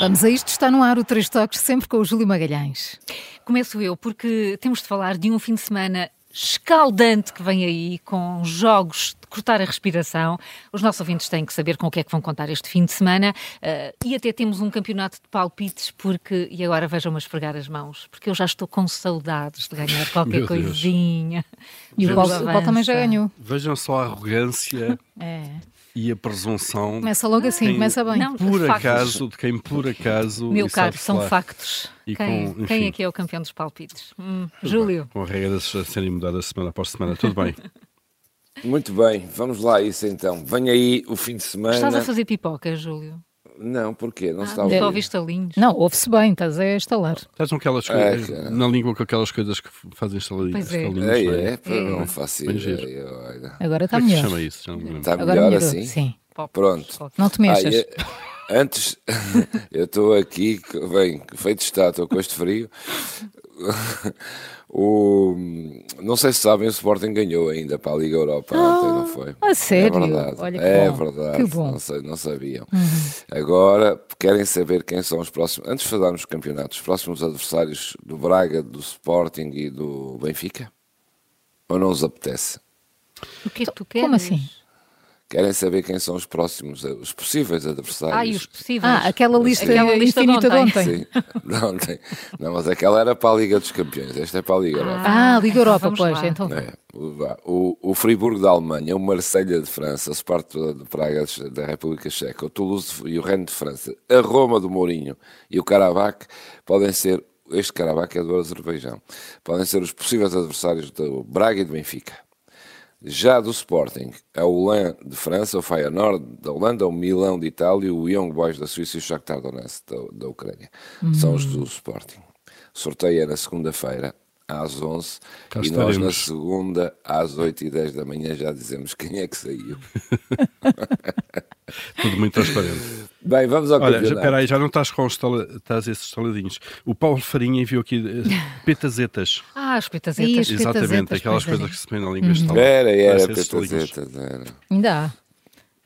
Vamos a isto, está no ar o Três Toques, sempre com o Júlio Magalhães. Começo eu, porque temos de falar de um fim de semana escaldante que vem aí, com jogos de cortar a respiração. Os nossos ouvintes têm que saber com o que é que vão contar este fim de semana. eh, e até temos um campeonato de palpites, porque. E agora vejam-me a esfregar as mãos, porque eu já estou com saudades de ganhar qualquer Meu Deus. coisinha. E o Vamos Paulo, o Paulo avança. também já ganhou. Vejam só a arrogância É. e a presunção Começa logo assim, Quem- começa bem. Não, por factos. acaso, de quem por acaso. Meu e caro, sabe-se são lá, factos. E Quem, com- quem enfim. é que é o campeão dos palpites? Hum, Júlio. Com regras a serem mudadas semana após semana. Tudo bem. Muito bem, vamos lá a isso então. Vem aí o fim de Estás a semana. fazer pipoca, Júlio? Não, porquê? Não se está a Ah, Estou a ouvir. ouvir estalinhos. Não, ouve-se bem, estás a estalar. Estás com aquelas É, coisas. cara. na língua com aquelas coisas que fazem estalinhos. Pois é. Ei, não é, pá, É. não faço Bem giro. ideia. olha. Agora está Como é que melhor. se chama isso? Já não me lembro. Está Agora melhor melhorou, assim? sim. Pop- Pronto. pop- Não te Ah, mexas. e- antes, eu estou aqui, que- bem, feito estátua com este frio. O, não sei se sabem, o Sporting ganhou ainda para a Liga Europa ontem, não foi? Ah, a sério? É verdade. Olha que é bom. verdade. Que bom. Uhum. Não, sei- não sabiam. Agora querem saber quem são os próximos. Antes de falarmos dos campeonatos, os próximos adversários do Braga, do Sporting e do Benfica? Ou não os apetece? O que é que tu queres? Como assim? Querem saber quem são os próximos, os possíveis adversários? Ah, e os possíveis. Ah, aquela lista, Aquela lista de infinita de ontem. ontem. Sim, não, tem. não, mas aquela era para a Liga dos Campeões, esta é para a Liga Europa. Ah, Liga então Europa, vamos pois. lá. Então, É, o- vá, o, o Friburgo da Alemanha, o Marselha de França, o Sparta de Praga da República Checa, o Toulouse e o Reino de França, a Roma do Mourinho e o Karabakh podem ser, este Karabakh é do Azerbaijão, podem ser os possíveis adversários do Braga e do Benfica. Já do Sporting, a Holan de França, o Feyenoord da Holanda, o Milão de Itália, o Young Boys da Suíça e o Shakhtar Donetsk da, da Ucrânia. São os do Sporting. O sorteio é na segunda-feira, às 11 Cá e nós na estaremos. segunda, às 8 e 10 da manhã, já dizemos quem é que saiu. Tudo muito transparente. Bem, vamos ao Olha, já- campeonato. espera aí, já não estás com os estala- estás esses estaladinhos. O Paulo Farinha enviou aqui eh, petazetas. Ah, as E petazetas. as- petazetas, Exatamente, aquelas pois é. coisas que se põem na língua estalar. Era, era, Parecem estalinhos. é petazetas, era. ainda há.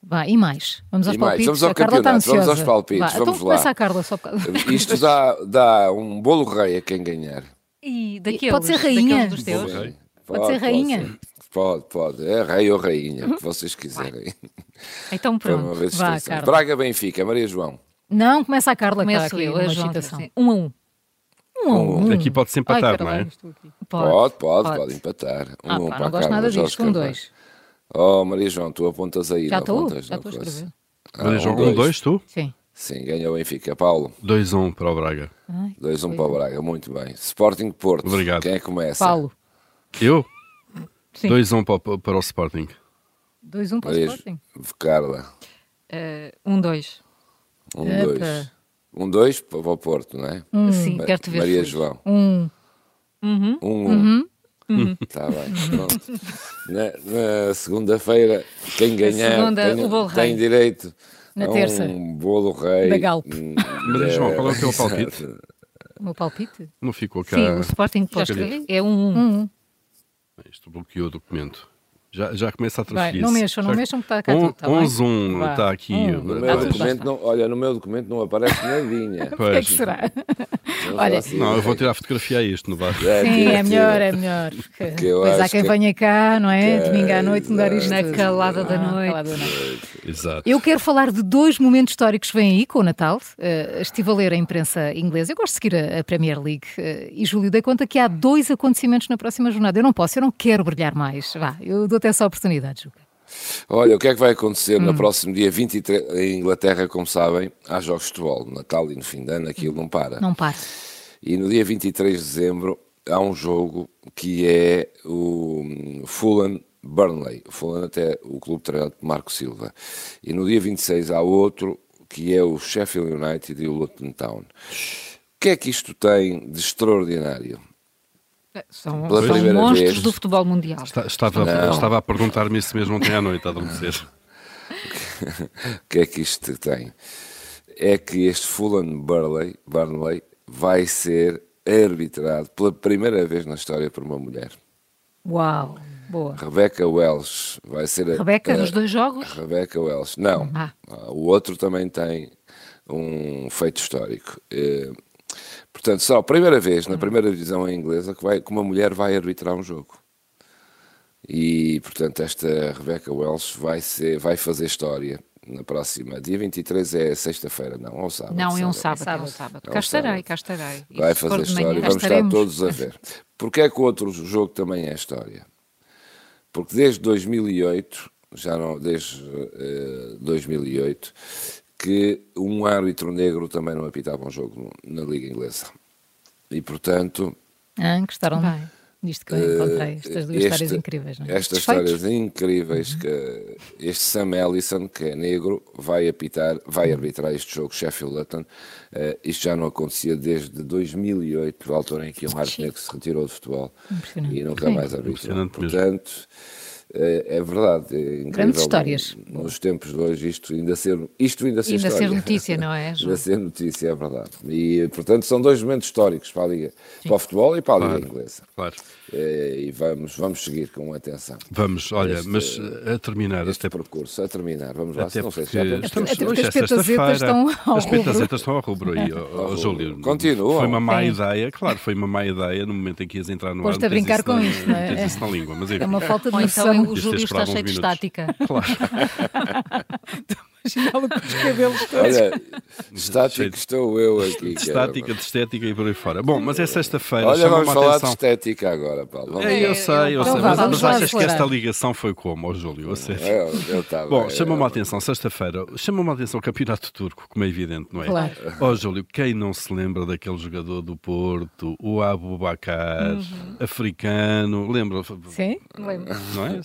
Vá, e mais? Vamos aos E mais? palpites? Vamos ao a Carla está campeonato, ansiosa. vamos aos palpites, Vá, vamos então lá. começa a Carla só um bocado. tá. Isto dá, dá um bolo rei a quem ganhar. E daqueles, Pode ser rainha? daqueles dos Bom, teus. Ok. Pode ser rainha? Pode, pode. É rei ou rainha, o que vocês quiserem. Então Para não pronto. haver vá, distinção. Carla. Braga Benfica, Maria João. Não, começa a Carla, que está Começo aqui eu, numa a João. excitação. assim, Um a um. Um, um. Aqui pode-se empatar, não é? Pode, pode, pode, empatar. Um Ah, um pá, para não a gosto Carla, nada Jorge disto. Um, Carvalho. dois. Oh, Maria João, tu apontas aí. Já não estou? apontas, Já estou não a coisa. escrever. Ah, Olha, João, um, dois, tu? Sim. Sim, ganha o Benfica. Paulo, 2-1 para o Braga. 2-1 para o Braga, muito bem. Sporting Porto. Obrigado. Quem é que começa? Paulo, Eu? Sim. 2-1 para, o- para o Sporting. 2-1 um para o Maria Jo- Sporting. Carla. Eh, um, dois. 1-2. Epa. dois. 1 2 para o Porto, não é? Sim, Ma- quero te ver. Maria feliz. João. 1. Um. Uhum. 1-1. Um, um. Está bem, pronto. Na, na segunda-feira, quem ganhar segunda, tem, o bolo tem rei. direito Na a terça. um bolo rei. Da Galp. Hum, Maria da- João, qual é o teu palpite? O meu palpite? Não ficou cá. Sim, o Sporting Porto escrevi. é um, um. Um, um. Ah, Isto bloqueou o documento. Já, já começa a Vai, transferir. não mexam, não mexam que está cá tudo, tá bem? 11 1 Vá. está aqui. Um. No né, meu Ah, tudo mas- bem. documento não, olha, no meu documento não aparece nadinha. O que é Pois. que será? Não Olha, faço Não, eu ideia. vou tirar a fotografia a isto, não vai? Já Sim, tira, é melhor, tira. é melhor. Porque Que eu Depois há acho quem que- venha cá, não é? Domingo à noite mudar isto. Na tudo. calada da Ah, noite. calada da noite. Exato. Eu quero falar de dois momentos históricos que vêm aí com o Natal. Eh, estive a ler a imprensa inglesa. Eu gosto de seguir a, a Premier League. eh, e, Júlio, dei conta que há dois acontecimentos na próxima jornada. Eu não posso, eu não quero brilhar mais. Vá, eu dou-te essa oportunidade, Júlio. Olha, o que é que vai acontecer Hum. no próximo dia 23 em Inglaterra, como sabem, há jogos de futebol, no Natal e no fim de ano, aquilo não para. Não pare. E no dia 23 de dezembro há um jogo que é o hum, Fulham Burnley. O Fulham até o clube treinado por Marco Silva. E no dia 26 há outro que é o Sheffield United e o Luton Town. que é que isto tem de extraordinário? É, São, Pela são primeira monstros vez. do futebol mundial. Está- estava, Não. estava a perguntar-me isso mesmo ontem à noite, a adormecer. O que é que isto tem? É que este Fulham Burley, Burnley vai ser arbitrado pela primeira vez na história por uma mulher. Uau, boa. Rebeca Welsh vai ser a- Rebeca, a- nos dois jogos? Rebeca Wells. Não. Ah. Ah, O outro também tem um feito histórico. Eh, Portanto, só a primeira vez Ah. na primeira divisão inglesa que, vai- que uma mulher vai arbitrar um jogo. E, portanto, esta Rebeca Wells vai, ser- vai fazer história na próxima. Dia 23 é sexta-feira, não? Ou sábado? Não, é um sábado. Sábado. É um sábado. É um Cá estarei, sábado. cá estarei. E Vai se for fazer de manhã, história. cá Vamos estar estaremos. todos a ver. Porque é que o outro jogo também é história? Porque desde 2008, já não, desde eh, 2008, que um árbitro negro também não apitava um jogo no- na Liga Inglesa. E, portanto, Ah, gostaram Bem. disto que eu encontrei? eh, Estas duas este- histórias incríveis, não é? Uhum. Estas Desfeitos. histórias incríveis que este Sam Ellison, que é negro, vai apitar, Uhum. vai arbitrar este jogo, Sheffield Luton. Eh, isto já não acontecia desde 2008, por altura em que um árbitro negro se retirou do futebol Impressionante. e nunca Sim. mais arbitrou. Impressionante mesmo. Portanto, eh, é verdade. É incrível. Grandes histórias. Nos tempos de hoje, isto ainda ser, isto ainda ser, Ainda ser história. notícia, não é, João? ainda ser notícia, é verdade. E, portanto, são dois momentos históricos para a Liga, para o futebol e para a Liga Claro. Inglesa. Claro. Eh, e vamos, vamos seguir com atenção Vamos, olha, mas eh, a terminar, este até porque. percurso. A terminar, vamos lá, Até não sei se porque, já temos Até- tempo. até porque hoje é as petazetas sexta-feira. estão ao As rubro. petazetas estão ao rubro aí, ó, ó, rubro. Júlio. Continuam. Foi uma má Sim. ideia, claro, foi uma má ideia no momento em que ias entrar no Pôs-te ar. a não tens brincar isso com na- isto, não é? tens isso na língua, mas enfim. É uma falta de Ou noção. então o Isto Júlio é esperar está alguns cheio de minutos. estática. Imaginá-lo com os cabelos todos. Olha, estático Cheio de- estou eu de aqui. caramba. estática, de estética e por aí fora. Bom, mas é sexta-feira, Olha, chama-me vamos a falar de atenção. estética agora, Paulo. Vamos É, lá. eu sei, eu Então sei, vá, mas, vamos mas lá achas que esta explorar. ligação foi como, ó Júlio? Eu sei. Eu- É, eu estava- Bom, chama-me a atenção, sexta-feira, chama-me a atenção o campeonato turco, como é evidente, não é? Claro. Ó Júlio, quem não se lembra daquele jogador do Porto, o Abubacar, africano, lembra? Uhum. Sim, Lembro. Não é?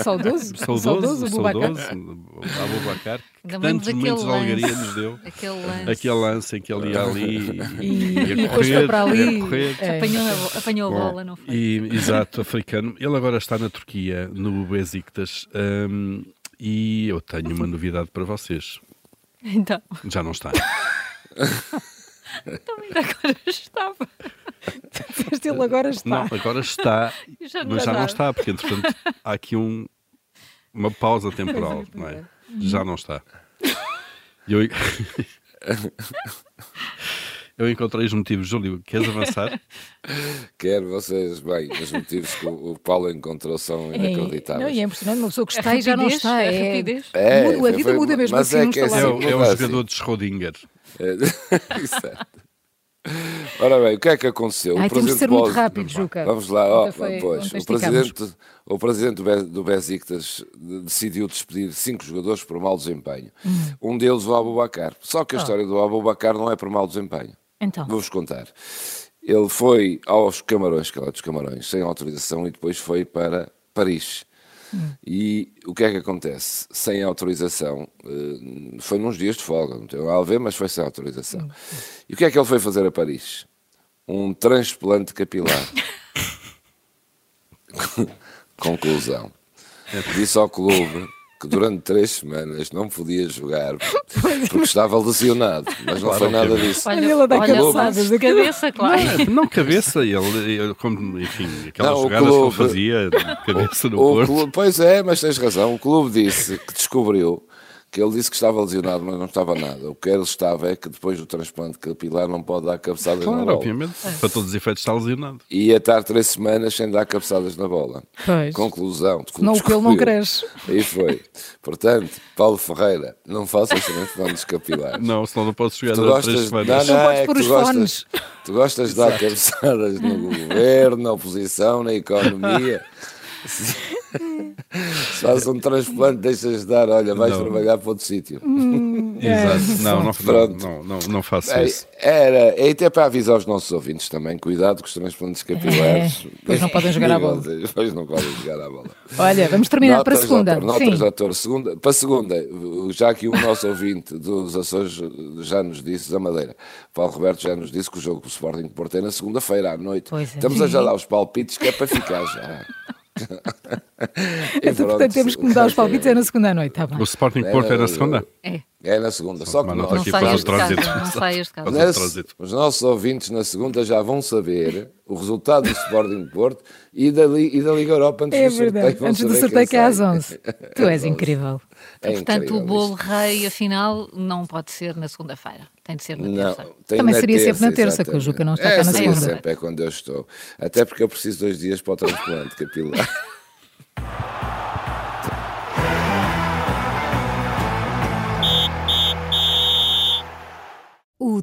Saudoso, saudoso. saudoso, o Bubacar. saudoso, o Abubacar, que Ainda me lembro tantos momentos de daquele alegria lance. nos deu. Aquele lance. Aquele lance em que ele ia ali e, E ia depois foi correr, para ali. ia correr. É. Apanhou a, bo- apanhou a Bom, bola, não foi? e- exato, africano. Ele agora está na Turquia, no Besiktas, hum, e eu tenho uma novidade para vocês. Então, Já não está. ainda agora estava. Mas ele agora está. Não, agora está, Já não mas já está. não está, porque entretanto há aqui um- uma pausa temporal, não é? Já não está. E Eu, eu encontrei os motivos. Júlio, queres avançar? Quer vocês, bem, os motivos que o o Paulo encontrou são É, não, inacreditáveis. e é impressionante, uma pessoa que A está e já não rapidez, está. a É, rapidez. É, Muda- a vida foi- muda mesmo mas assim, é num que é estalar É, de o- é o Assim. jogador de Schrödinger. É, Exato. Ora bem, o que é que aconteceu? Ai, o temos de presidente ser muito Boz- rápido, Juca. Vamos lá, Ontem ó, foi- pois, ontem o esticámos. presidente, o presidente do Be- do Besiktas de- decidiu despedir cinco jogadores por mau desempenho. Uhum. Um deles o Abubacar. Só Oh. que a história do Abubacar não é por mau desempenho. Então. Vou-vos contar. Ele foi aos Camarões, que é lá dos Camarões, sem autorização e depois foi para Paris. E o que é que acontece? Sem autorização, eh, foi nos dias de folga, não tem nada a ver, mas foi sem autorização. E o que é que ele foi fazer a Paris? Um transplante capilar. Conclusão. Disse ao clube que durante três semanas não podia jogar porque estava lesionado, mas não Claro, foi nada obviamente. disso. Olha, ela dá olha cabeçadas de aquilo. cabeça, claro. É, Não cabeça, ele, ele- como, enfim, aquelas Não, o jogadas clube- que ele fazia, de cabeça no O Porto. clube- pois é, mas tens razão. O clube disse que descobriu que ele disse que estava lesionado, mas não estava nada. O que ele estava é que depois do transplante capilar não pode dar cabeçadas na Claro, bola. obviamente. Para todos os efeitos está lesionado. E ia estar três semanas sem dar cabeçadas na bola. Pois. Conclusão. Não, o pelo não descobriu. cresce. E foi. Portanto, Paulo Ferreira, não faças transplantes capilares. Não, senão não posso jogar Tu durante três gostas, não, semanas. não, podes é pôr que os tu, gostas, fones. tu gostas de dar cabeçadas no governo, na oposição, na economia. Se fazes um transplante, deixas de dar, olha, vais Não. trabalhar para outro sítio. Hum. Exato. Não, não, Pronto. não, não, não faço É, isso. Era, é até para avisar os nossos ouvintes também, cuidado com os transplantes capilares. É. pois não podem jogar à bola. Pois não podem jogar à bola. Olha, vamos terminar para a Notas, segunda. doutor, notas, Sim. doutor. Segunda, para a segunda, já que o nosso ouvinte dos Açores já nos disse, da Madeira, Paulo Roberto já nos disse que o jogo do Sporting de Porto é na segunda-feira à noite. Pois é. Estamos a já dar os palpites que é para ficar já. E Então, portanto, pronto, temos que mudar os palpites é na segunda à noite, está bem? O Sporting de Porto é na segunda? É. É na segunda, só que Uma nós. nota Não aqui saias para o de casa, trânsito. não saias de casa. Para o Nesse- trânsito. os nossos ouvintes na segunda já vão saber o resultado do Sporting de Porto e da, Li- e da Liga Europa antes É do sorteio. verdade. vão Antes do saber sorteio quem que é às sai. 11. Tu és incrível. É Portanto, incrível o isto. bolo rei, afinal, não pode ser na segunda-feira. Tem de ser na Não, terça. tem Também na seria sempre na terça, que o exatamente. Juca não está é, cá na seria segunda. sempre, é quando eu estou. Até porque eu preciso dois dias para o transplante capilar. O